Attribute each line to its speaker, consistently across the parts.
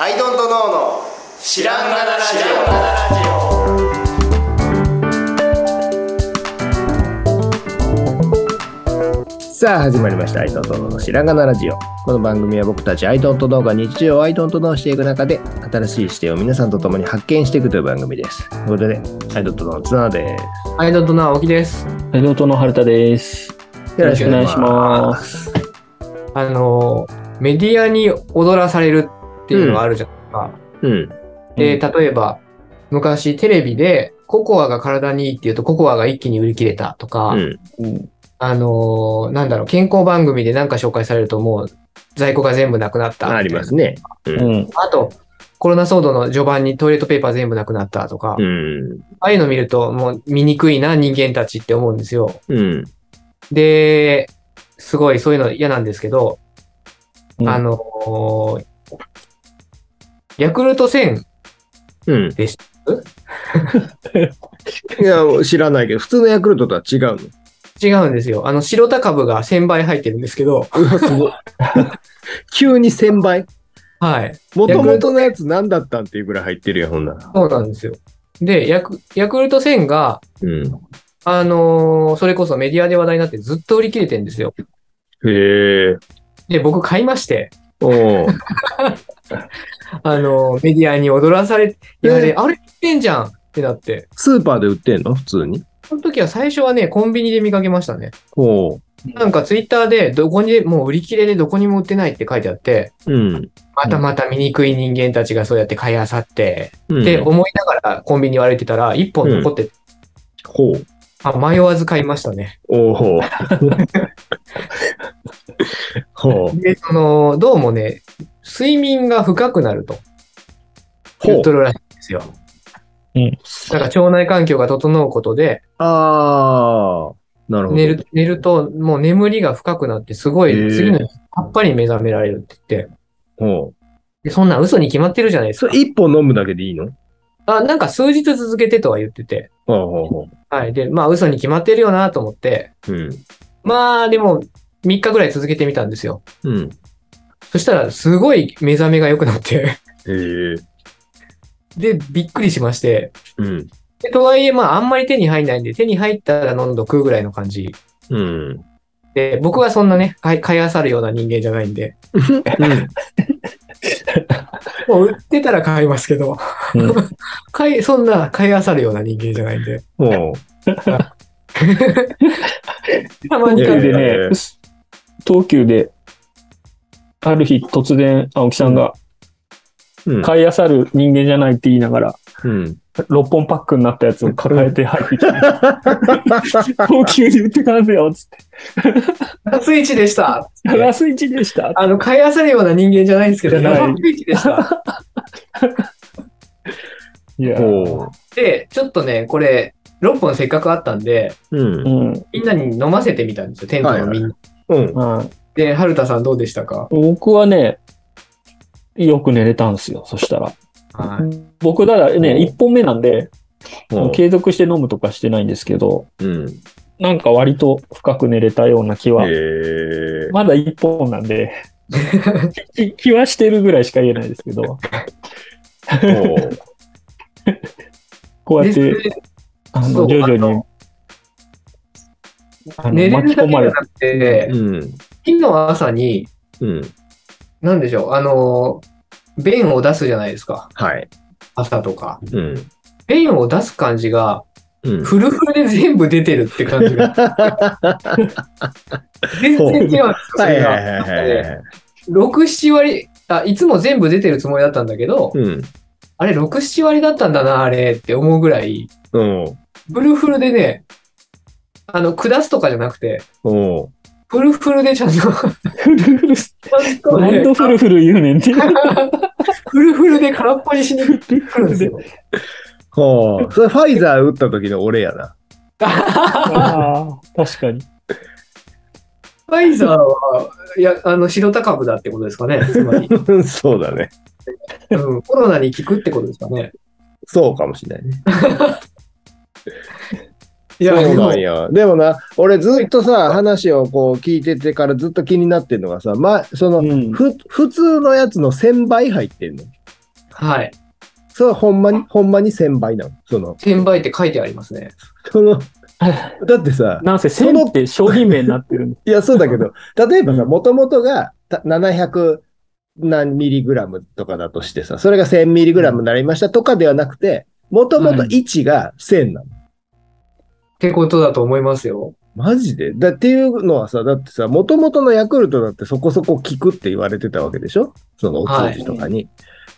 Speaker 1: アイドントノーの知らんがなラジ
Speaker 2: さあ始まりました「アイドントノーの白髪なラジオ」この番組は僕たちアイドントノーが日常をアイドントノーしていく中で新しい視点を皆さんと共に発見していくという番組ですということでアイドントノーの綱野で
Speaker 3: アイドルの青木です。
Speaker 4: アイドルの春田です。
Speaker 2: す
Speaker 4: よろしくお願いします。
Speaker 2: す
Speaker 3: あの、メディアに踊らされるっていうのがあるじゃないですか。
Speaker 2: うん
Speaker 3: で、例えば、昔テレビでココアが体にいいっていうとココアが一気に売り切れたとか、
Speaker 2: うん
Speaker 3: あの、なんだろう、健康番組で何か紹介されるともう在庫が全部なくなった。
Speaker 2: あります。ね
Speaker 4: うん。
Speaker 3: あと、コロナ騒動の序盤にトイレットペーパー全部なくなったとか、
Speaker 2: う
Speaker 3: あ
Speaker 2: ん
Speaker 3: あいうの見るともう醜いな人間たちって思うんですよ。
Speaker 2: うん
Speaker 3: で、すごいそういうの嫌なんですけど、
Speaker 4: うん
Speaker 3: あのーヤクルト1000、
Speaker 2: うん
Speaker 3: でし
Speaker 2: いや知らないけど普通のヤクルトとは違うの
Speaker 3: 違うんですよ。あの、白田株が1000倍入ってるんですけど、
Speaker 2: うわすごい急に1000倍
Speaker 3: はい。
Speaker 2: もともとのやつ何だったんっていうぐらい入ってるやんほんなら
Speaker 3: そうなんですよ。で、ヤクヤクルト1000が、
Speaker 2: うん
Speaker 3: あのーそれこそメディアで話題になってずっと売り切れてるんですよ。
Speaker 2: へえ
Speaker 3: で、僕買いまして、
Speaker 2: おお
Speaker 3: あのーメディアに踊らされて、いや、あれ、あれ売ってんじゃんってなって。
Speaker 2: スーパーで売ってんの普通に。
Speaker 3: その時は最初はね、コンビニで見かけましたね。
Speaker 2: おう。
Speaker 3: なんかツイッターで、どこに、もう売り切れでどこにも売ってないって書いてあって、
Speaker 2: うん。
Speaker 3: またまた醜い人間たちがそうやって買い漁って、
Speaker 2: うん
Speaker 3: って思いながらコンビニを歩いてたら、一本残ってて、
Speaker 2: ほう。
Speaker 3: あ、迷わず買いましたね。
Speaker 2: お お。ほう。
Speaker 3: で、その、どうもね、睡眠が深くなると言
Speaker 2: ほ
Speaker 3: っ
Speaker 2: う
Speaker 3: と。るらしいんですよ。
Speaker 4: うん
Speaker 3: だから腸内環境が整うことで、
Speaker 2: ああ。なるほど。
Speaker 3: 寝る、寝ると、もう眠りが深くなって、すごい
Speaker 2: へー
Speaker 3: 次の日、やっぱり目覚められるって言って、
Speaker 2: ほう。
Speaker 3: でそんなん嘘に決まってるじゃないです
Speaker 2: そ
Speaker 3: か
Speaker 2: れ。一本飲むだけでいいの
Speaker 3: あ、なんか数日続けてとは言ってて、
Speaker 2: ほうほうほ
Speaker 3: はい。で、まあ嘘に決まってるよなと思って、
Speaker 2: う。うん。
Speaker 3: まあでも、3日ぐらい続けてみたんですよ。
Speaker 2: うん。
Speaker 3: そしたら、すごい目覚めが良くなって、
Speaker 2: へえ。
Speaker 3: で、びっくりしまして。
Speaker 2: うん。
Speaker 3: でとはいえ、まあ、あんまり手に入んないんで、手に入ったら飲んどくぐらいの感じ。
Speaker 2: うん。
Speaker 3: で、僕はそんなね、買い、買い漁るような人間じゃないんで、
Speaker 2: うん。
Speaker 3: もう売ってたら買いますけど、
Speaker 4: うん
Speaker 3: 買い、そんな買い漁るような人間じゃないんで、
Speaker 2: ほう。
Speaker 3: たまに買
Speaker 4: 東
Speaker 3: う。
Speaker 4: 急で
Speaker 2: いやいやいや
Speaker 4: ね、東急で、ある日突然、青木さんが、
Speaker 2: うん。
Speaker 4: 買い漁る人間じゃないって言いながら、
Speaker 2: うん。
Speaker 4: 6本パックになったやつを抱えて入ってきて、東急に売ってたんだよ、つって。
Speaker 3: スイッチでした。
Speaker 4: ラスイチでした。
Speaker 3: あの、買い漁るような人間じゃないんですけど、
Speaker 4: じゃない
Speaker 3: スイッチでした。
Speaker 4: いや、
Speaker 2: ほ
Speaker 3: で、ちょっとね、これ、6本せっかくあったんで、
Speaker 2: う。うん
Speaker 4: う。ん。
Speaker 3: みんなに飲ませてみたんですよ、テントのみんな。
Speaker 2: うん。
Speaker 4: うん。
Speaker 3: で、春田さんどうでしたか
Speaker 4: 僕はね、よく寝れたんですよ、そしたら。
Speaker 3: はい。
Speaker 4: 僕、だからね、1本目なんで、
Speaker 2: ほ
Speaker 4: 継続して飲むとかしてないんですけど、
Speaker 2: う。うん。
Speaker 4: なんか割と深く寝れたような気は
Speaker 2: へ、え。
Speaker 4: まだ一本なんで、き気はしてるぐらいしか言えないですけど、
Speaker 2: ほう。
Speaker 4: こうやっ
Speaker 3: で
Speaker 4: て、あ
Speaker 3: そう
Speaker 4: の、徐々に、あ
Speaker 3: 寝
Speaker 4: の、巻
Speaker 3: れる
Speaker 4: き
Speaker 3: だ
Speaker 4: 込
Speaker 3: けじ
Speaker 4: ま
Speaker 3: ゃ
Speaker 4: れ
Speaker 3: な
Speaker 4: て、
Speaker 3: くて、
Speaker 2: うん。
Speaker 3: 昨日朝に、
Speaker 2: うん。
Speaker 3: なんでしょう、あの、便を出すじゃないですか、
Speaker 2: はい。
Speaker 3: 朝とか。
Speaker 2: うん。
Speaker 3: 便を出す感じが、
Speaker 2: うん。
Speaker 3: フルフルで全部出てるって感じが。 全然違うんですよ、そ
Speaker 2: はいはい
Speaker 3: れが。
Speaker 2: はいはいはい。
Speaker 3: 6、7割、あ、いつも全部出てるつもりだったんだけど、
Speaker 2: うん。
Speaker 3: あれ、6、7割だったんだな、あれって思うぐらい、
Speaker 2: うん。
Speaker 3: フルフルでね、あの、下すとかじゃなくて、
Speaker 2: おう
Speaker 3: フルフルでちゃんと、ち
Speaker 4: フルフル、
Speaker 3: ゃんと
Speaker 4: な
Speaker 3: ね
Speaker 4: んとフルフル言うねんって。
Speaker 3: フルフルで空っぽにしに来
Speaker 4: フルフ
Speaker 3: るんで
Speaker 4: ル
Speaker 3: す
Speaker 4: で
Speaker 3: よ。
Speaker 2: ほう。それファイザー打った時の俺やな。
Speaker 4: ああ、確かに。
Speaker 3: ファイザーは、いや、あの、白田株だってことですかね、つまり。
Speaker 2: そうだね。
Speaker 3: うん、コロナに効くってことですかね。
Speaker 2: そうかもしれないね。
Speaker 3: い
Speaker 2: そうなんや。でもな、俺ずっとさ、話をこう聞いててからずっと気になってんのがさ、ま、その、
Speaker 4: うん。
Speaker 2: ふ、普通のやつの1000倍入ってんの。
Speaker 3: はい。
Speaker 2: それはほんまに、ほんまに1000倍なの。その、
Speaker 3: 転売って書いてありますね。
Speaker 2: その、だってさ、
Speaker 4: なんせ、千って商品名になってるんで
Speaker 2: いや、そうだけど、例えばさ、
Speaker 4: うん
Speaker 2: もともとがた700何ミリグラムとかだとしてさ、それが1000ミリグラムになりましたとかではなくて、もともと
Speaker 3: はい
Speaker 2: 1が1000なの。
Speaker 3: ってことだと思いますよ。
Speaker 2: マジでだっていうのはさ、だってさ、もともとのヤクルトだってそこそこ効くって言われてたわけでしょそのお通じとかに。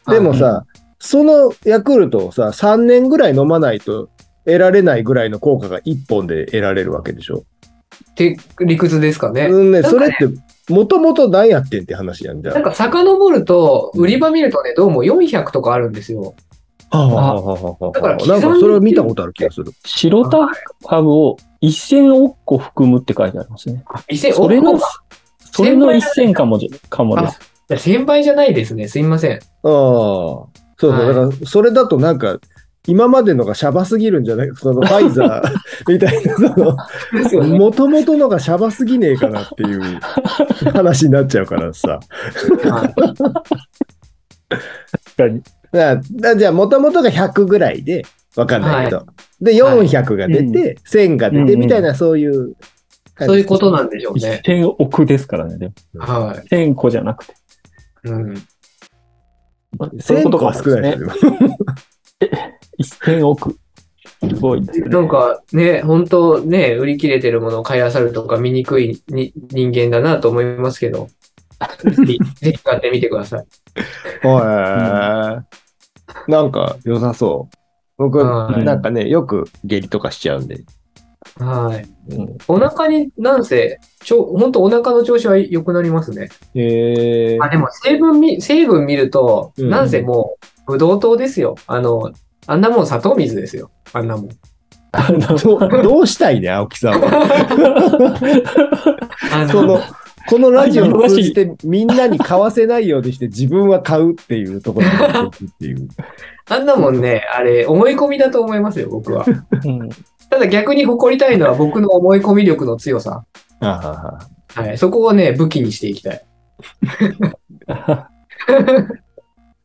Speaker 3: はい
Speaker 2: でもさ、そのヤクルトをさ、3年ぐらい飲まないと得られないぐらいの効果が1本で得られるわけでしょ
Speaker 3: って理屈ですかね。
Speaker 2: うんね、
Speaker 3: なん
Speaker 2: そ
Speaker 3: か
Speaker 2: れっ
Speaker 3: ね
Speaker 2: て、もともと何やってんって話やんじゃ
Speaker 3: なん
Speaker 2: ん。
Speaker 3: か遡ると、売り場見るとね、どうも400とかあるんですよ。
Speaker 2: はあはあはあはあはあ
Speaker 3: だから刻んで
Speaker 2: なんかそれを見たことある気がする。
Speaker 4: 白田株を1000億個含むって書いてありますね。
Speaker 3: 1000、
Speaker 4: それ
Speaker 3: お
Speaker 4: の
Speaker 3: お、
Speaker 4: それの1000かもじ、かもです。
Speaker 3: 1000倍じゃないですね。すいません。
Speaker 2: ああ。そうそう。
Speaker 3: はい
Speaker 2: だから、それだとなんか、今までのがシャバすぎるんじゃないその、ファイザー みたいな、そ
Speaker 3: です よ
Speaker 2: の、
Speaker 3: ね。
Speaker 2: もともとのがシャバすぎねえかなっていう話になっちゃうからさ。
Speaker 3: はい
Speaker 4: 確かに。
Speaker 2: だだじゃあ、もともとが100ぐらいで、わかんないけど。で、400が出て、1000が出て、みたいな、そういう感じ。
Speaker 3: そういうことなんでしょうね。
Speaker 4: 1000億ですからね、でも。
Speaker 3: は
Speaker 4: 1000個じゃなくて。
Speaker 3: い。うん。
Speaker 4: そういう
Speaker 2: 1000
Speaker 4: こと
Speaker 2: 個
Speaker 4: か
Speaker 2: は少ないで
Speaker 4: ですす
Speaker 2: よ
Speaker 4: ね。
Speaker 2: ね。
Speaker 4: 1000億。すごいですね。
Speaker 3: なんかね、本当ね、売り切れてるものを買い漁るとか見にくいに人間だなと思いますけど、ぜひぜひ買ってみてください。
Speaker 2: はいなんか良さそう。僕、
Speaker 3: はい
Speaker 2: なんかね、よく下痢とかしちゃうんで。
Speaker 3: はい。
Speaker 2: うん
Speaker 3: お腹に、なんせ、ちょ、本当お腹の調子は良くなりますね。
Speaker 2: へえ
Speaker 3: あ、でも成分み、成分見ると、
Speaker 2: うん
Speaker 3: なんせもう、ブドウ糖ですよ。あの、あんなもん砂糖水ですよ。あんなもん。
Speaker 2: どどうしたいね、青木さんは。
Speaker 3: あ
Speaker 2: その、このラジオを
Speaker 4: 忙しい
Speaker 2: 通じてみんなに買わせないようにして自分は買うっていうところに持っていくっていう。
Speaker 3: あんなもんね、あれ、思い込みだと思いますよ、僕は。
Speaker 4: うん
Speaker 3: ただ逆に誇りたいのは僕の思い込み力の強さ。
Speaker 2: あはは
Speaker 3: はい。そこをね、武器にしていきたい。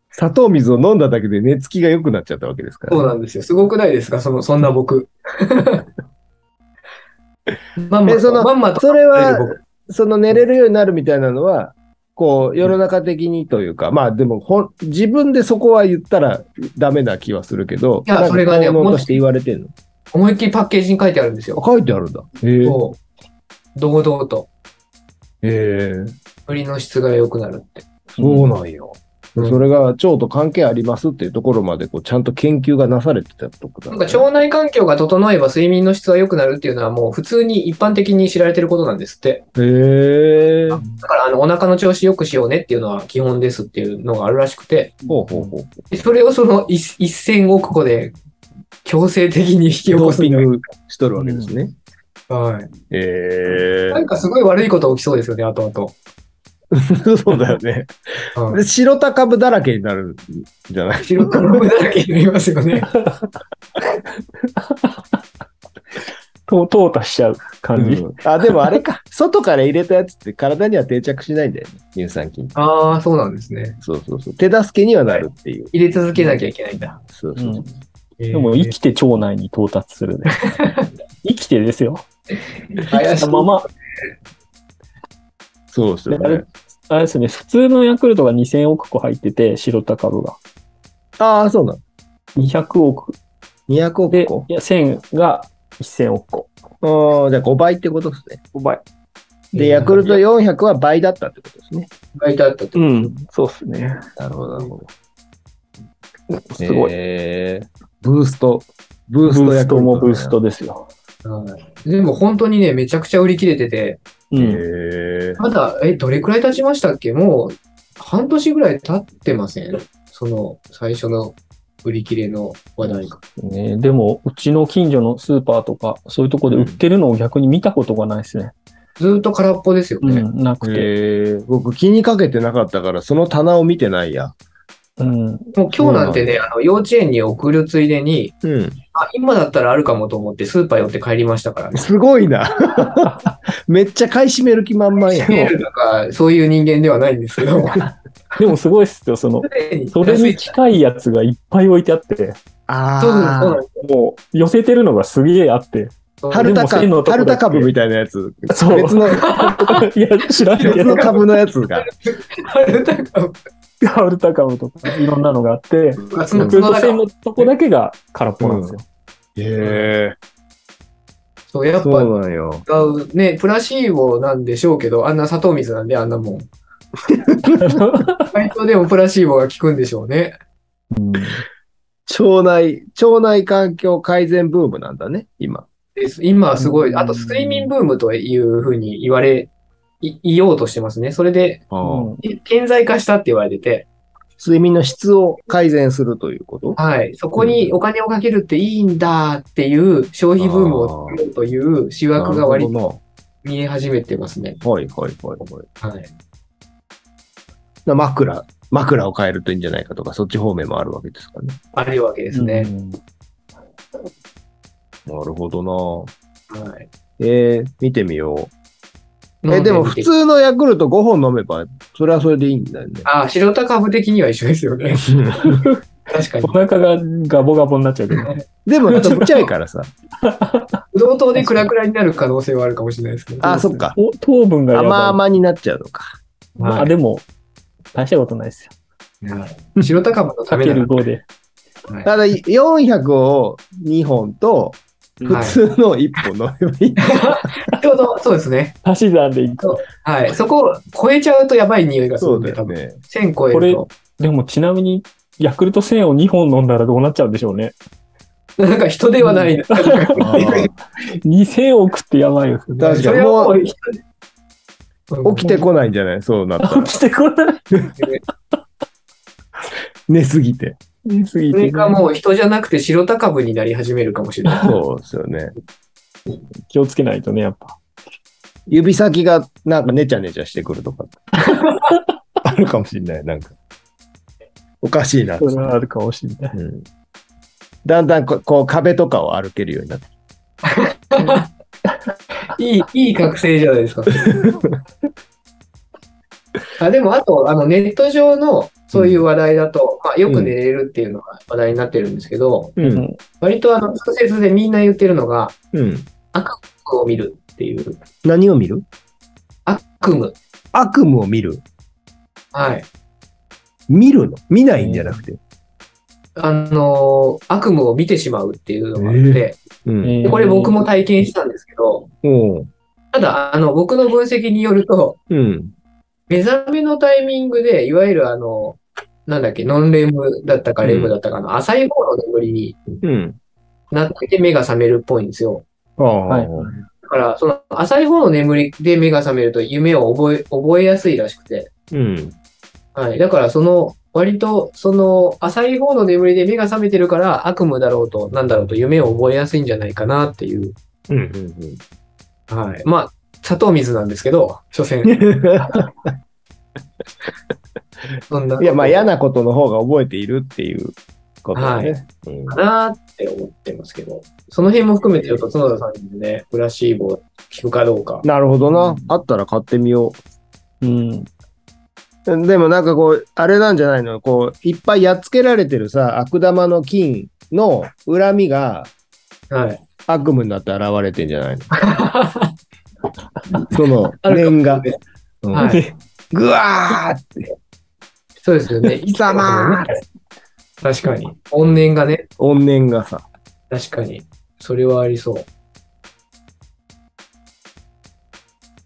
Speaker 2: 砂糖水を飲んだだけで寝つきが良くなっちゃったわけですから。
Speaker 3: そうなんですよ。すごくないですかその、そんな僕。まんま
Speaker 2: えその
Speaker 3: と、まんまと。
Speaker 2: それは、
Speaker 3: 僕
Speaker 2: その寝れるようになるみたいなのは、こう、世の中的にというか、まあでもほん、自分でそこは言ったらダメな気はするけど、
Speaker 3: いや
Speaker 2: なんか
Speaker 3: それがね
Speaker 2: 効能として言われてるの。
Speaker 3: 思いっきりパッケージに書いてあるんです
Speaker 2: あ
Speaker 3: よ。
Speaker 2: 書いてあるんだ。へえ。
Speaker 3: こう堂々と、
Speaker 2: へえ。
Speaker 3: 売りの質が良くなるって。
Speaker 2: そうなんよ。
Speaker 3: うん
Speaker 2: それが腸と関係ありますっていうところまでこうちゃんと研究がなされてたとこだ、
Speaker 3: なんか腸内環境が整えば睡眠の質は良くなるっていうのはもう普通に一般的に知られてることなんですって。
Speaker 2: へえ。
Speaker 3: だからあのお腹の調子良くしようねっていうのは基本ですっていうのがあるらしくて、
Speaker 2: ほうほうほう。
Speaker 3: それをそのい1000億個で強制的に引き起
Speaker 2: ド
Speaker 3: こ
Speaker 2: ー
Speaker 3: す
Speaker 2: ピ
Speaker 3: み
Speaker 2: ン
Speaker 3: たい
Speaker 2: グしとるわけですね。
Speaker 3: な。はい。
Speaker 2: へえ
Speaker 3: なんかすごい悪いこと起きそうですよね、後々。
Speaker 2: そうだよね。
Speaker 3: うん
Speaker 2: で白タ株だらけになるんじゃない
Speaker 3: 白黒だらけになりますよね。
Speaker 4: とう、とうたしちゃう感じ。
Speaker 2: うんあでもあれか、外から入れたやつって体には定着しないんだよね、乳酸菌。
Speaker 3: ああ、そうなんですね。
Speaker 2: そうそうそう。手助けにはなるっていう。
Speaker 3: 入れ続けなきゃいけないんだ。
Speaker 2: そう
Speaker 4: う
Speaker 2: そうんそう。
Speaker 3: で
Speaker 4: でも、生きて腸内に到達する ね。生きてですよ。
Speaker 3: 怪しい
Speaker 4: まま、
Speaker 2: そうですよ
Speaker 4: あれ
Speaker 2: ね。
Speaker 4: あれですね、普通のヤクルトが2000億個入ってて、白田株が。
Speaker 2: ああ、そうなの。
Speaker 4: 200億。
Speaker 2: 200
Speaker 4: で
Speaker 2: 億個、
Speaker 4: いや1000が1000億個。
Speaker 2: あーじゃあ5倍ってことですね。
Speaker 4: 5倍。
Speaker 2: で、ヤクルト400は倍だったってことですね。
Speaker 3: 書いてあったって。
Speaker 4: うん、そうっすね。
Speaker 2: なるほど、なるほど。
Speaker 4: すごい。
Speaker 2: えーブースト。ブ
Speaker 4: ブ
Speaker 2: ースト
Speaker 4: ー
Speaker 2: ヤ
Speaker 4: ス
Speaker 2: ク
Speaker 4: ト
Speaker 2: ルトだね
Speaker 4: もブース。トですよ。
Speaker 3: はいでも本当にね、めちゃくちゃ売り切れてて、
Speaker 4: う
Speaker 2: へ
Speaker 4: ん。
Speaker 2: え。
Speaker 3: まだ、え、どれくらい経ちましたっけもう、半年ぐらい経ってませんその、最初の売り切れの話題が。
Speaker 4: ね、でも、うちの近所のスーパーとか、そういうとこで売ってるのを逆に見たことがないですね。
Speaker 3: ずーっと空っぽですよ
Speaker 4: う
Speaker 3: ね。
Speaker 4: ん、なくて。
Speaker 2: へー僕気にかけてなかったから、その棚を見てないや。
Speaker 4: うん。
Speaker 3: もう今日なんてね、あの、幼稚園に送るついでに、
Speaker 2: うん。
Speaker 3: あ、今だったらあるかもと思ってスーパー寄って帰りましたからね。
Speaker 2: すごいな。 めっちゃ買い占める気満々 や
Speaker 3: メールとか、そういう人間ではないんですけど。
Speaker 4: でもすごいっすよ、そ の、それに近いやつがいっぱい置いてあって、
Speaker 2: あ
Speaker 3: そうなんそうなん
Speaker 2: あ。
Speaker 3: です
Speaker 4: もう寄せてるのがすげえあ って、
Speaker 3: よ
Speaker 2: 春
Speaker 4: でも背の
Speaker 2: 高
Speaker 4: とこだけ
Speaker 2: 春高部みたいなやつ。
Speaker 4: そう
Speaker 2: 別の、
Speaker 4: いや、知らんけ
Speaker 2: 別の
Speaker 4: ど、
Speaker 2: 株のやつが。
Speaker 3: 春高
Speaker 4: ハウルタカブとかいろんなのがあって、
Speaker 3: その
Speaker 4: それ
Speaker 3: 角
Speaker 4: と
Speaker 3: だ
Speaker 4: 線のとこだけが空っぽなんですよ。
Speaker 2: へえ。
Speaker 3: そう、やっぱ
Speaker 2: そうなんよ。
Speaker 3: 違うね、プラシーボなんでしょうけど、あんな砂糖水なんで、あんなもん。割とでもプラシーボが効くんでしょうね。
Speaker 4: うん
Speaker 2: 腸内、腸内環境改善ブームなんだね、今。
Speaker 3: です今はすご
Speaker 4: う
Speaker 3: い、
Speaker 4: ん
Speaker 3: あと睡眠ブームというふうに言われ、い、言おうとしてますね。それで、
Speaker 4: うん
Speaker 3: 顕在化したって言われてて、
Speaker 2: 睡眠の質を改善するということ
Speaker 3: はい。そこにお金をかけるっていいんだっていう消費ブームを作ろうという思惑が割と
Speaker 2: なるほ
Speaker 3: 見え始めてますね。
Speaker 2: どなはいはいはいはい
Speaker 3: はい。
Speaker 2: な。枕、枕を変えるといいんじゃないかとか、そっち方面もあるわけですかね。
Speaker 3: あるわけですね。
Speaker 2: なるほど
Speaker 3: は
Speaker 2: な
Speaker 3: い。
Speaker 2: えー、見てみよう。
Speaker 3: 飲
Speaker 2: え、
Speaker 3: んで
Speaker 2: でも
Speaker 3: みて
Speaker 2: 普通のヤクルト5本飲めば、それはそれでいいんだよ ね。
Speaker 3: あ、白高部的には一緒ですよね。 確かに
Speaker 4: お。腹がガボガボになっちゃうけど、
Speaker 2: でもちっちゃい からさ。
Speaker 3: 同等でクラクラになる可能性はあるかもしれないですけど。
Speaker 2: あ、そっか。
Speaker 4: お糖分がやばい。
Speaker 2: 甘々になっちゃうのか。
Speaker 4: ま
Speaker 3: は
Speaker 4: あ
Speaker 3: い
Speaker 4: でも、大したことないですよ。
Speaker 3: はい白高間のた
Speaker 4: か
Speaker 3: め
Speaker 4: け
Speaker 3: な
Speaker 4: る
Speaker 3: ら。
Speaker 4: 5で。
Speaker 2: ただ、400を2本と、普
Speaker 3: はい
Speaker 2: 通の1本飲めばいい。
Speaker 3: ちょうど、そうですね。
Speaker 4: 足し算でいく。
Speaker 3: はい。そこを超えちゃうとやばい匂いがするんで、多分。
Speaker 2: ね。
Speaker 3: 1000超えると。
Speaker 4: でもちなみに、ヤクルト1000を2本飲んだらどうなっちゃうんでしょうね。
Speaker 3: なんか人で はない。
Speaker 4: 2000億ってやばいよ。
Speaker 2: 確
Speaker 3: そ
Speaker 2: かに
Speaker 3: れはも
Speaker 2: も
Speaker 3: う
Speaker 2: う
Speaker 3: 人で
Speaker 2: 起きてこないんじゃないそうなった ら。
Speaker 4: 起きてこない。
Speaker 2: 寝すぎ て。
Speaker 4: 言い過ぎ
Speaker 3: そ
Speaker 4: て
Speaker 3: れかもう人じゃなくて白高部になり始めるかもし れない。
Speaker 2: そうですよね。
Speaker 4: 気をつけないとね、やっぱ。
Speaker 2: 指先がなんかネチャネチャしてくると か。あるかもしれない。なんか。おかしいなっつ
Speaker 4: そ
Speaker 2: っ
Speaker 4: れ
Speaker 2: て
Speaker 4: はあるかもしれない。
Speaker 2: うんだんだんここう壁とかを歩けるようになって。
Speaker 3: いい、いい覚醒じゃない ですか。あでも、あと、あの、ネット上の、そういう話題だと、まあ、よく寝れるっていうのが話題になってるんですけど、
Speaker 2: う。
Speaker 4: うんん
Speaker 3: 割と、あの、通説でみんな言ってるのが、
Speaker 2: うん。
Speaker 3: 悪夢を見るっていう。
Speaker 2: 何を見る
Speaker 3: 悪夢。
Speaker 2: 悪夢を見る。
Speaker 3: はい。
Speaker 2: 見るの見ないんじゃなくて。
Speaker 3: あのー悪夢を見てしまうっていうのがあって、
Speaker 2: うん。
Speaker 3: でこれ僕も体験したんですけど、
Speaker 2: おう
Speaker 3: ただ、あの、僕の分析によると、
Speaker 2: うん。
Speaker 3: 目覚めのタイミングで、いわゆるあの、なんだっけ、ノンレムだったかレムだったかの、浅い方の眠りに
Speaker 2: うん。
Speaker 3: なってて目が覚めるっぽいんですよ。
Speaker 2: ああ。
Speaker 4: はい。
Speaker 3: だから、その浅い方の眠りで目が覚めると夢を覚え、覚えやすいらしくて。
Speaker 2: うん。
Speaker 3: はい。だから、その、割と、その、浅い方の眠りで目が覚めてるから、悪夢だろうと、なんだろうと、夢を覚えやすいんじゃないかなっていう。
Speaker 2: うん。うん
Speaker 3: はい。まあ、砂糖水なんですけど、所 詮。そんな。
Speaker 2: いや、まあ嫌なことの方が覚えているっていうことだね。うん
Speaker 3: かなって思ってますけど、その辺も含めて、ちょっと角田さんにね、プラシーボ効くかどうか。
Speaker 2: なるほど
Speaker 4: う。
Speaker 2: なんあったら買ってみよ
Speaker 4: うん。
Speaker 2: う。でもなんかこう、あれなんじゃないのこう、いっぱいやっつけられてるさ、悪玉の菌の恨みが
Speaker 3: はい。
Speaker 2: 悪夢になって現れてんじゃないの その
Speaker 3: あるかも
Speaker 2: 念が。うん
Speaker 3: はい。
Speaker 2: ぐわーって、
Speaker 3: そうですよね。
Speaker 2: 貴様ー
Speaker 3: 確かに。怨念がね、
Speaker 2: 怨念がさ。
Speaker 3: 確かに。それはありそう。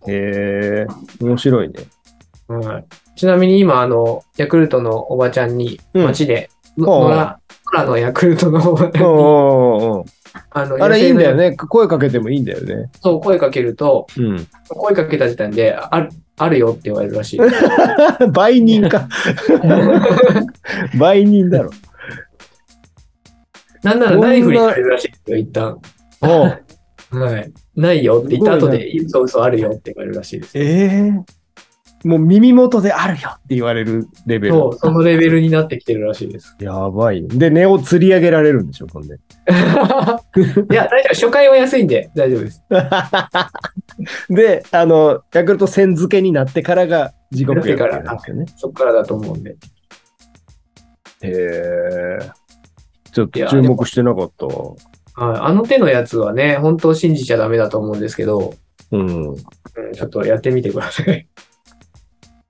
Speaker 2: へえ、面白 いね。
Speaker 3: はい、ちなみに今、あの、ヤクルトのおばちゃんに、
Speaker 2: うん
Speaker 3: 街で、
Speaker 2: ほう
Speaker 3: 野良、野良のヤクルトのおばちゃ
Speaker 2: お
Speaker 3: んに、
Speaker 2: ーおーおー
Speaker 3: あの
Speaker 2: あれいいんだよ
Speaker 3: ね。
Speaker 2: ね。声かけてもいいんだよね。
Speaker 3: そう、声かけると、
Speaker 2: う
Speaker 3: 声かけた時点で、ある、あるよって言われるらし い。
Speaker 2: ん。 売人か。 売人だろ。
Speaker 3: なんならナイフにされるらしいですよ、一旦。
Speaker 2: おう
Speaker 3: はい。ないよって言った
Speaker 2: す
Speaker 3: 後
Speaker 2: ごいな
Speaker 3: で、嘘嘘あるよって言われるらしいです。
Speaker 2: ええもう耳元であるよって言われるレベル。
Speaker 3: そう、そのレベルになってきてるらしい です。
Speaker 2: やばい。で、値を釣り上げられるんでしょ、ほんで。
Speaker 3: いや、大丈夫。初回は安いんで、大丈夫です。
Speaker 2: で、あの、ヤクルト1000付けになってからが地獄やっていうんですけどね。
Speaker 3: そっからだと思うんで。
Speaker 2: へえ。ちょっと注目してなかった。
Speaker 3: はいあの手のやつはね、本当信じちゃダメだと思うんですけど、
Speaker 2: うん。
Speaker 3: うん、ちょっとやってみてくださ い。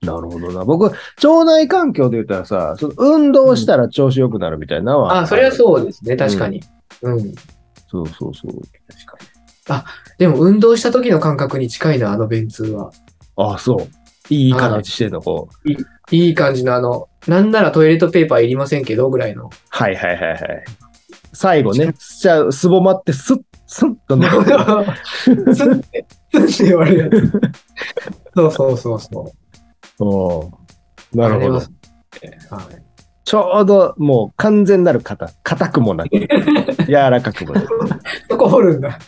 Speaker 2: なるほどな。僕、腸内環境で言ったらさ、その運動したら調子良くなるみたいなのは、
Speaker 3: あ、それはそうですね、確かに。うん。
Speaker 2: そうそうそう。
Speaker 3: 確かに。あ、でも運動した時の感覚に近いな、あの便通は。
Speaker 2: あ、そう。いい形してんの、こう。
Speaker 3: いい感じのあの、なんならトイレットペーパーいりませんけどぐら いの。
Speaker 2: はいはいはいはい。最後ね、じゃあ、すぼまって、すっ、すっと ね。
Speaker 3: スンって、スンって言われるやつ。そうそうそうそう。
Speaker 2: おなる
Speaker 3: あれ
Speaker 2: ほ
Speaker 3: は
Speaker 2: ど。
Speaker 3: はい
Speaker 2: ちょうど、もう完全なる型。硬くも なく、柔らかくもなく。
Speaker 3: そこ掘るんだ。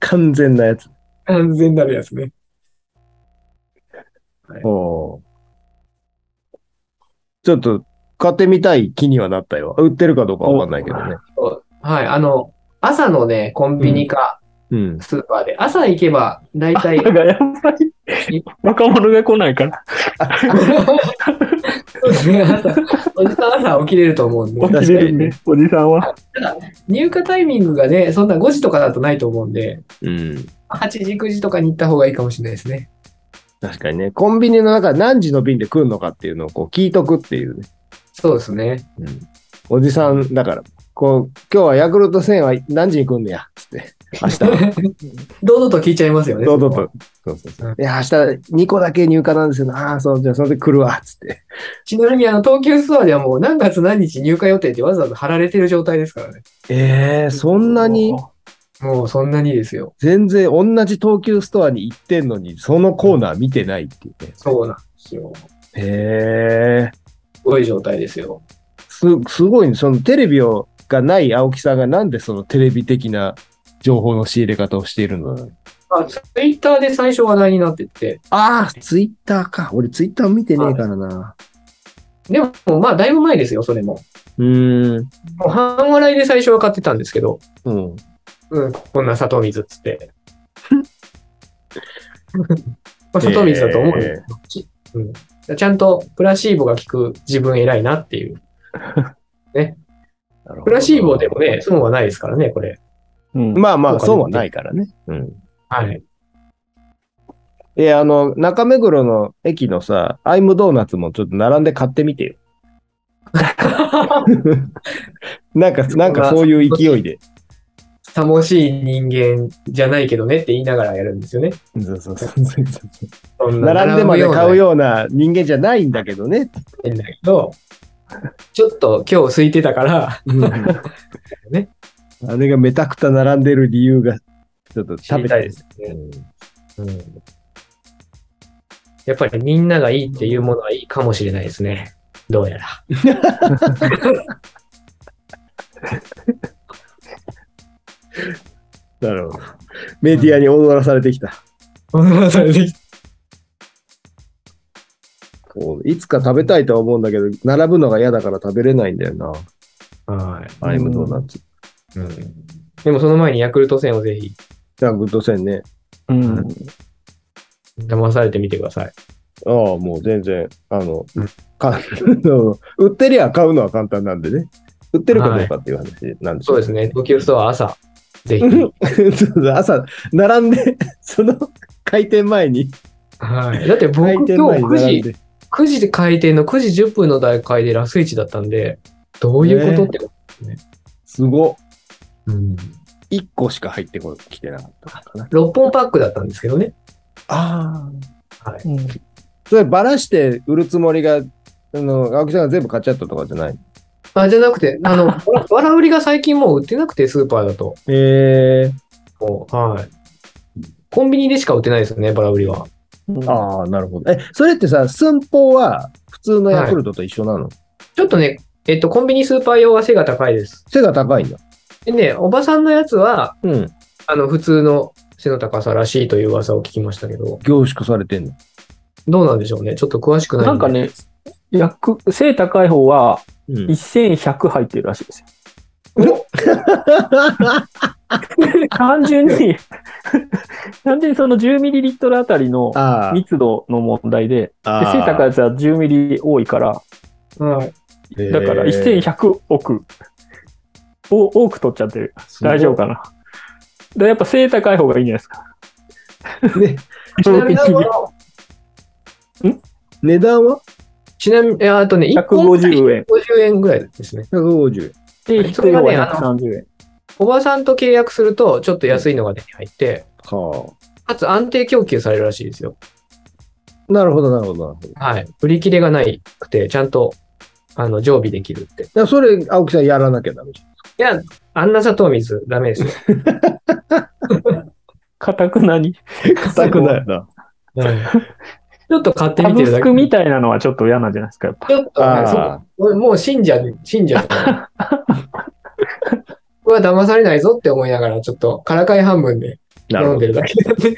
Speaker 2: 完全なやつ。
Speaker 3: 完全なるやつね。
Speaker 2: おーちょっと、買ってみたい気にはなったよ。売ってるかどうかわかんないけどね。
Speaker 3: はい、あの、朝のね、コンビニか
Speaker 2: うん。
Speaker 3: スーパーで、朝行けば大 体、
Speaker 4: がやばい。若者が来ないから。
Speaker 3: そうですね朝おじさん朝起きれると思うんで、
Speaker 2: かに
Speaker 4: 起きれるね、おじさんは。
Speaker 3: 入荷タイミングがね、そんな5時とかだとないと思うんで、
Speaker 2: うん。
Speaker 3: 8時、9時とかに行った方がいいかもしれないですね。
Speaker 2: 確かにね、コンビニの中で何時の便で来るのかっていうのをこう聞いとくっていうね。
Speaker 3: そうですね。
Speaker 2: おじさんだから、こう、今日はヤクルト1000は何時に来んねや、つって。明日、
Speaker 3: 堂々と聞いちゃいますよね。
Speaker 2: どうぞと。そうそうそう。いや、明日2個だけ入荷なんですよね。ああ、そう、じゃあそれで来るわ、つって。
Speaker 3: ちなみに、あの、東急ストアではもう何月何日入荷予定ってわざわざ貼られてる状態ですからね。
Speaker 2: ええそんなに
Speaker 3: もうそんなにですよ。
Speaker 2: 全然同じ東急ストアに行ってんのに、そのコーナー見てないっていうね。
Speaker 3: そうなんですよ。
Speaker 2: へえ
Speaker 3: すごい状態ですよ。
Speaker 2: す、すごいね。そのテレビを、がない青木さんがなんでそのテレビ的な情報の仕入れ方をしているのだろう
Speaker 3: あ、ツイッターで最初話題になってて、
Speaker 2: ああ、ツイッターか。俺ツイッター見てねえからな。
Speaker 3: でも、まあ、だいぶ前ですよ、それも。
Speaker 2: うーん。
Speaker 3: もう半笑いで最初は買ってたんですけど、
Speaker 2: うん。
Speaker 3: うん、こんな砂糖水っ つって。
Speaker 2: え
Speaker 3: まあ、
Speaker 2: ー
Speaker 3: 砂糖水だと思うんですようん、ちゃんとプラシーボが効く自分偉いなっていう。プラシーボでもね、損はないですからね、これ。
Speaker 4: うん。
Speaker 2: まあまあ、そうはないからね。うん。
Speaker 3: はい。
Speaker 2: え、あの、中目黒の駅のさ、アイムドーナツもちょっと並んで買ってみて よ。なんか、なんかそういう勢いで。
Speaker 3: さもしい人間じゃないけどねって言いながらやるんですよね。
Speaker 2: そうそうそうそう
Speaker 3: そんな
Speaker 2: 並んでまで買う
Speaker 3: よ
Speaker 2: ような人間じゃないんだけどね。
Speaker 3: うな人間だけど、ちょっと今日空いてたから、ね
Speaker 2: あれがめたくた並んでる理由が、ちょっと
Speaker 3: 知
Speaker 2: 食
Speaker 3: り
Speaker 2: べ
Speaker 3: たい
Speaker 2: て
Speaker 3: で。すね。うんやっぱりみんながいいっていうものはいいかもしれないですね。どうやら。
Speaker 2: なるほど。メディアに踊らされてきた。こういつか食べたいとは思うんだけど、並ぶのが嫌だから食べれないんだよな。
Speaker 3: は
Speaker 2: アイムドーナツ。
Speaker 3: い、うん。でもその前にヤクルト戦をぜひ
Speaker 2: ヤクルト戦ね。
Speaker 4: うん。
Speaker 3: 騙されてみてください。
Speaker 2: ああ、もう全然、あの
Speaker 3: うん、
Speaker 2: か売ってりゃ買うのは簡単なんでね。売ってるかどうかっていう話なんでし
Speaker 3: そ
Speaker 2: ょ
Speaker 3: うですね。東急ストア朝、ぜひ。
Speaker 2: すね。 朝、並んで、その開店前に、
Speaker 3: はい。だって僕
Speaker 2: 開
Speaker 3: 今日
Speaker 2: 店前に
Speaker 3: 9
Speaker 2: 並ん
Speaker 3: 時、
Speaker 2: で。
Speaker 3: 9時で開店の9時10分の段階でラスイチだったんで、どういうことって、
Speaker 2: すごっ。
Speaker 3: うん、
Speaker 2: 1個しか入ってこ来てなかったかな。
Speaker 3: 6本パックだったんですけどね。
Speaker 2: ああ。
Speaker 3: はい。
Speaker 4: うん
Speaker 2: そればらして売るつもりが、あの、青木さんが全部買っちゃったとかじゃない
Speaker 3: あ、じゃなくて、あの、わわら売りが最近もう売ってなくて、スーパーだと。
Speaker 2: へえ。
Speaker 3: もうはい。コンビニでしか売ってないですよね、バラ売りは。
Speaker 2: ああ、なるほど。え、それってさ、寸法は普通のヤクルトと一緒なの、
Speaker 3: ちょっとね、えっと、コンビニスーパー用は背が高いです。
Speaker 2: 背が高いんだ。
Speaker 3: でね、おばさんのやつは、
Speaker 2: うん。
Speaker 3: あの、普通の背の高さらしいという噂を聞きましたけど、
Speaker 2: 凝縮されてんの。
Speaker 3: どうなんでしょうね。ちょっと詳しくないで
Speaker 4: なんか、ね、役背高い方は
Speaker 2: うん、
Speaker 4: 1100入ってるらしいですよ。 単純に、単純にその10ミリリットルあたりの
Speaker 2: あ
Speaker 4: 密度の問題で、で背高い
Speaker 2: い。
Speaker 4: やつは10ミリ多いから、
Speaker 3: はい。
Speaker 4: だから1100億を多く取っちゃってる。大丈夫かな。だからやっぱ背高い方がいいんじゃないですか。
Speaker 2: ね、
Speaker 3: ちなみに、
Speaker 2: 値段は
Speaker 3: ちなみに、あとね、1本
Speaker 4: 150円。
Speaker 3: 50円ぐらいですね。
Speaker 2: ?150 円。
Speaker 4: で、低い方が130円。
Speaker 3: おばさんと契約すると、ちょっと安いのが手に入って、
Speaker 2: は
Speaker 3: かつ安定供給されるらしいですよ。
Speaker 2: あ。なるほど、なるほど、なるほど。
Speaker 3: はい。売り切れがないくて、ちゃんと、あの、常備できるって。
Speaker 2: だからそれ、青木さんやらなきゃダメじ
Speaker 3: いや、あんな砂糖水、ダメですよ。
Speaker 4: かたくなに。
Speaker 2: ゃん。硬くないな。
Speaker 3: ちょっと買って
Speaker 4: タ
Speaker 3: み
Speaker 4: ブ
Speaker 3: てる
Speaker 4: ス
Speaker 3: だけ
Speaker 4: ク。みたいなのはちょっと嫌なんじゃないですか、やっぱ。
Speaker 3: ちょっと、はいそう
Speaker 2: あ
Speaker 3: 俺もう信者、信者だ。これは騙されないぞって思いながら、ちょっとからかい半分で
Speaker 2: あ。なる
Speaker 3: 飲ん
Speaker 2: ほど
Speaker 3: で。るだけなんで、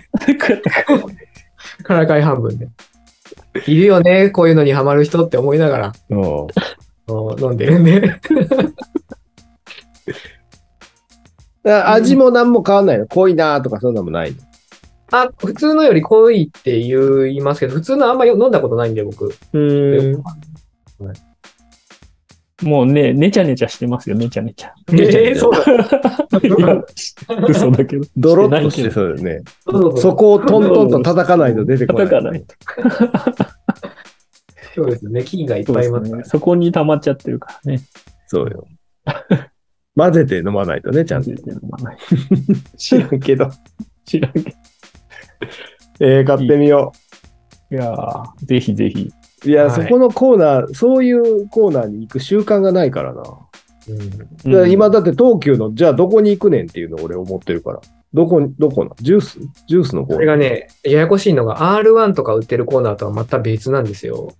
Speaker 3: からかい半分で。いるよね、こういうのにハマる人って思いながら
Speaker 2: うん
Speaker 3: もう飲んでるんで。
Speaker 2: だから味も何も変わんないの。濃いなとかそんなのもないの。
Speaker 3: あ、普通のより濃いって言いますけど、普通のあんまり飲んだことないんで、僕。
Speaker 2: うん。
Speaker 4: もうね、ねちゃねちゃしてますよ、ねちゃねちゃ。
Speaker 3: えー、そうだ。
Speaker 4: いや、嘘だけど。
Speaker 2: ドロッとして
Speaker 4: て
Speaker 2: そうだよね。
Speaker 3: そうそうそう
Speaker 2: そこをトントンと叩かないと出てこない。
Speaker 4: 叩かない。
Speaker 3: そうですね。菌がいっ
Speaker 4: そう
Speaker 3: ぱい
Speaker 4: で
Speaker 3: い
Speaker 4: す
Speaker 3: ますか
Speaker 4: ね
Speaker 3: ら。。
Speaker 4: そこに溜まっちゃってるからね。
Speaker 2: そうよ。混ぜて飲まないとね、ちゃんと。知らんけど。
Speaker 4: 知らんけど。
Speaker 2: えー、買ってみよ
Speaker 4: いやーぜひぜひ。
Speaker 2: う。いや、
Speaker 3: はい
Speaker 2: そこのコーナー、そういうコーナーに行く習慣がないからな。
Speaker 3: うん
Speaker 2: だから今
Speaker 4: うん
Speaker 2: だって東急の、じゃあどこに行くねんっていうのを俺思ってるから。どこ、どこなジュースジュースのコ
Speaker 3: こ
Speaker 2: ー
Speaker 3: れ
Speaker 2: ナー。
Speaker 3: がね、ややこしいのが R1 とか売ってるコーナーとはまた別なんですよ。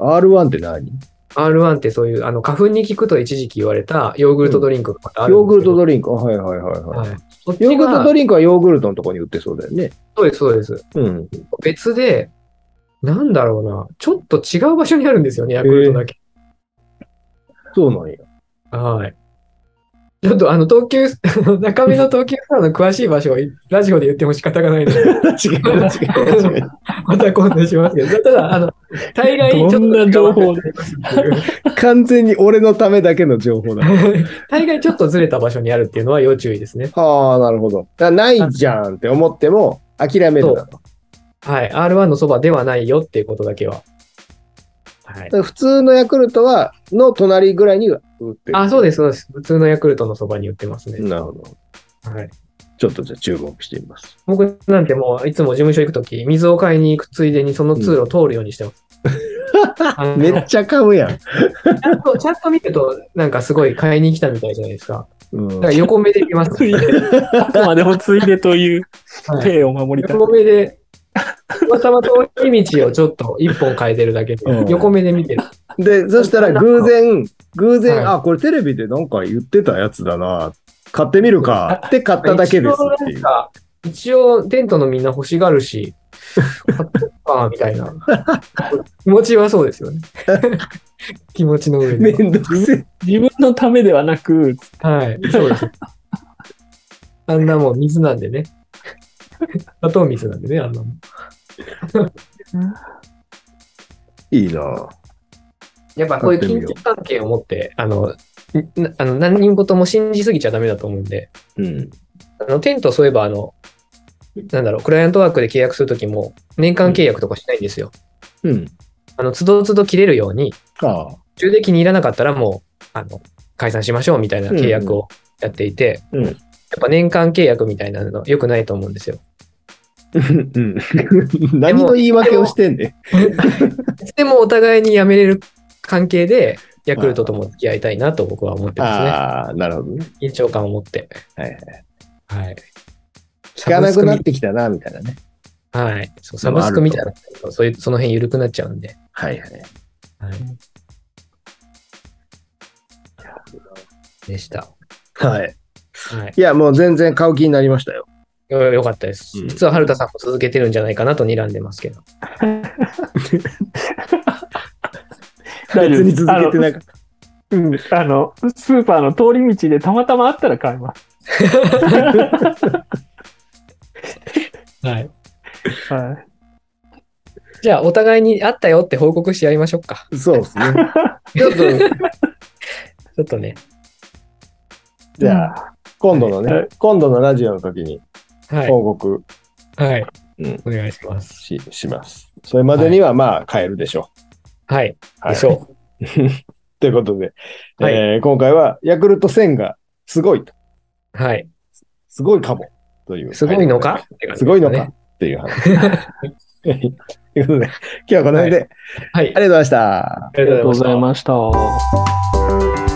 Speaker 2: R1 って何
Speaker 3: R1 ってそういう、あの、花粉に効くと一時期言われたヨーグルトドリンクがまたある
Speaker 2: ヨー
Speaker 3: んで
Speaker 2: グ
Speaker 3: す
Speaker 2: ル
Speaker 3: けど。
Speaker 2: トドリンク。あはいはいはいはい。
Speaker 3: はい。そっち
Speaker 2: ヨーグルトド
Speaker 3: が、
Speaker 2: リンクはヨーグルトのとこに売ってそうだよね。
Speaker 3: そうです、そうです。
Speaker 2: うん。
Speaker 3: 別で、なんだろうな、ちょっと違う場所にあるんですよね、ヤクルトだけ。
Speaker 2: そうなんや。
Speaker 3: はい。ちょっとあの、東急、 中身の東急ストアの詳しい場所をラジオで言っても仕方がないの で、
Speaker 2: 違う違う違う。
Speaker 3: また今度しますけど、ただ、あの、大概ちょっ
Speaker 4: ど
Speaker 3: と
Speaker 4: んな情報
Speaker 3: 違う場所にありますっていう
Speaker 2: 完全に俺のためだけの情報だ。
Speaker 3: 大概ちょっとずれた場所にあるっていうのは要注意ですね。
Speaker 2: はあ、なるほど。だからないじゃんって思っても諦めるだろ。
Speaker 3: はい。R1 のそばではないよっていうことだけは。はい
Speaker 2: だか。ら普通のヤクルトは、の隣ぐらいには売ってる。
Speaker 3: あ、そうです、そうです。普通のヤクルトのそばに売ってますね。
Speaker 2: なるほど。
Speaker 3: はい。
Speaker 2: ちょっとじゃあ注目してみます。
Speaker 3: 僕なんてもう、いつも事務所行くとき、水を買いに行くついでにその通路を通るようにしてます。あの
Speaker 2: めっちゃ買うやん。
Speaker 3: ちゃんと、ちゃんと見ると、なんかすごい買いに来たみたいじゃないですか。
Speaker 2: うん
Speaker 3: だから横目で行 きます。
Speaker 4: ついで、あくまでもついでという
Speaker 3: はい、
Speaker 4: 体を守りたい。
Speaker 3: 横目で、たまたま通り道をちょっと一本変えてるだけで
Speaker 2: う、ん
Speaker 3: 横目で見てる。
Speaker 2: で、そしたら偶然、偶然、
Speaker 3: はい
Speaker 2: あ、これテレビでなんか言ってたやつだな。買ってみるかって買っただけですっていう。
Speaker 3: 一応、テントのみんな欲しがるし、買っとくか、みたいな。気持ちはそうですよね。 気持ちの上
Speaker 2: め
Speaker 3: で。
Speaker 2: んどくせえ。
Speaker 4: 自分のためではなく、
Speaker 3: はい、そうです。あんなもん水なんでね。砂糖水なんでね、あんなもん。
Speaker 2: いいな
Speaker 3: やっぱこういう緊張関係を持って、あの、なあの何事も信じすぎちゃダメだと思うんで、
Speaker 2: うん。
Speaker 3: あのテントそういえば、あの、なんだろう、クライアントワークで契約するときも、年間契約とかしないんですよ。
Speaker 2: うん。
Speaker 3: あの、つどつど切れるように、
Speaker 2: ああ。
Speaker 3: 途中で気に入らなかったらもう、あの、解散しましょうみたいな契約をやっていて、
Speaker 2: うんうん
Speaker 3: やっぱ年間契約みたいなの良くないと思うんですよ。
Speaker 2: うん。何の言い訳をしてんね
Speaker 3: いつでもお互いに辞めれる関係で、ヤクルトとも付き合いたいなと僕は思って
Speaker 2: ん。
Speaker 3: ますね。
Speaker 2: ああ、なるほどね。
Speaker 3: 緊張感を持って。
Speaker 2: はいはい。
Speaker 3: はい。
Speaker 2: 聞かなくなってきたな、みたいなね。
Speaker 3: サブスクみはい。そうサブスクみたいな、そういう、その辺緩くなっちゃうんで。
Speaker 2: はいはい。
Speaker 3: はい。でした。
Speaker 2: はい。
Speaker 3: はい。
Speaker 2: いや、もう全然買う気になりましたよ。
Speaker 3: よよかったです。
Speaker 2: うん
Speaker 3: 実は春田さんも続けてるんじゃないかなと睨んでますけど。
Speaker 4: 大丈夫
Speaker 2: 別に続けてなかっ
Speaker 4: うん、あの、スーパーの通り道でたまたまあったら買います。
Speaker 3: はい。
Speaker 4: は
Speaker 3: じゃあ、お互いにあったよって報告し合いましょうか。
Speaker 2: そうですね。 ちょっと、
Speaker 3: ちょっとね。
Speaker 2: じゃあ、今度の
Speaker 4: は
Speaker 2: ね
Speaker 4: い、
Speaker 2: 今度のラジオの時に
Speaker 3: はい。
Speaker 2: 報告
Speaker 3: はい。
Speaker 2: うん
Speaker 3: お願いします。
Speaker 2: し,、ます。それまでにはまあ変えるでしょ
Speaker 3: はい。
Speaker 2: う。はい
Speaker 3: でしょ
Speaker 2: ということで、
Speaker 3: はい
Speaker 2: えー今回はヤクルト1000がすごいと、
Speaker 3: う。はい。
Speaker 2: すごいかもという。
Speaker 3: すごいのかって感じです
Speaker 2: ごいのか
Speaker 3: ね
Speaker 2: っていう話。ということで、今日はこの辺で、
Speaker 3: は
Speaker 2: あ。
Speaker 3: い
Speaker 2: りがとうございました。
Speaker 3: あ
Speaker 4: い。
Speaker 3: り
Speaker 4: ありがとうございました。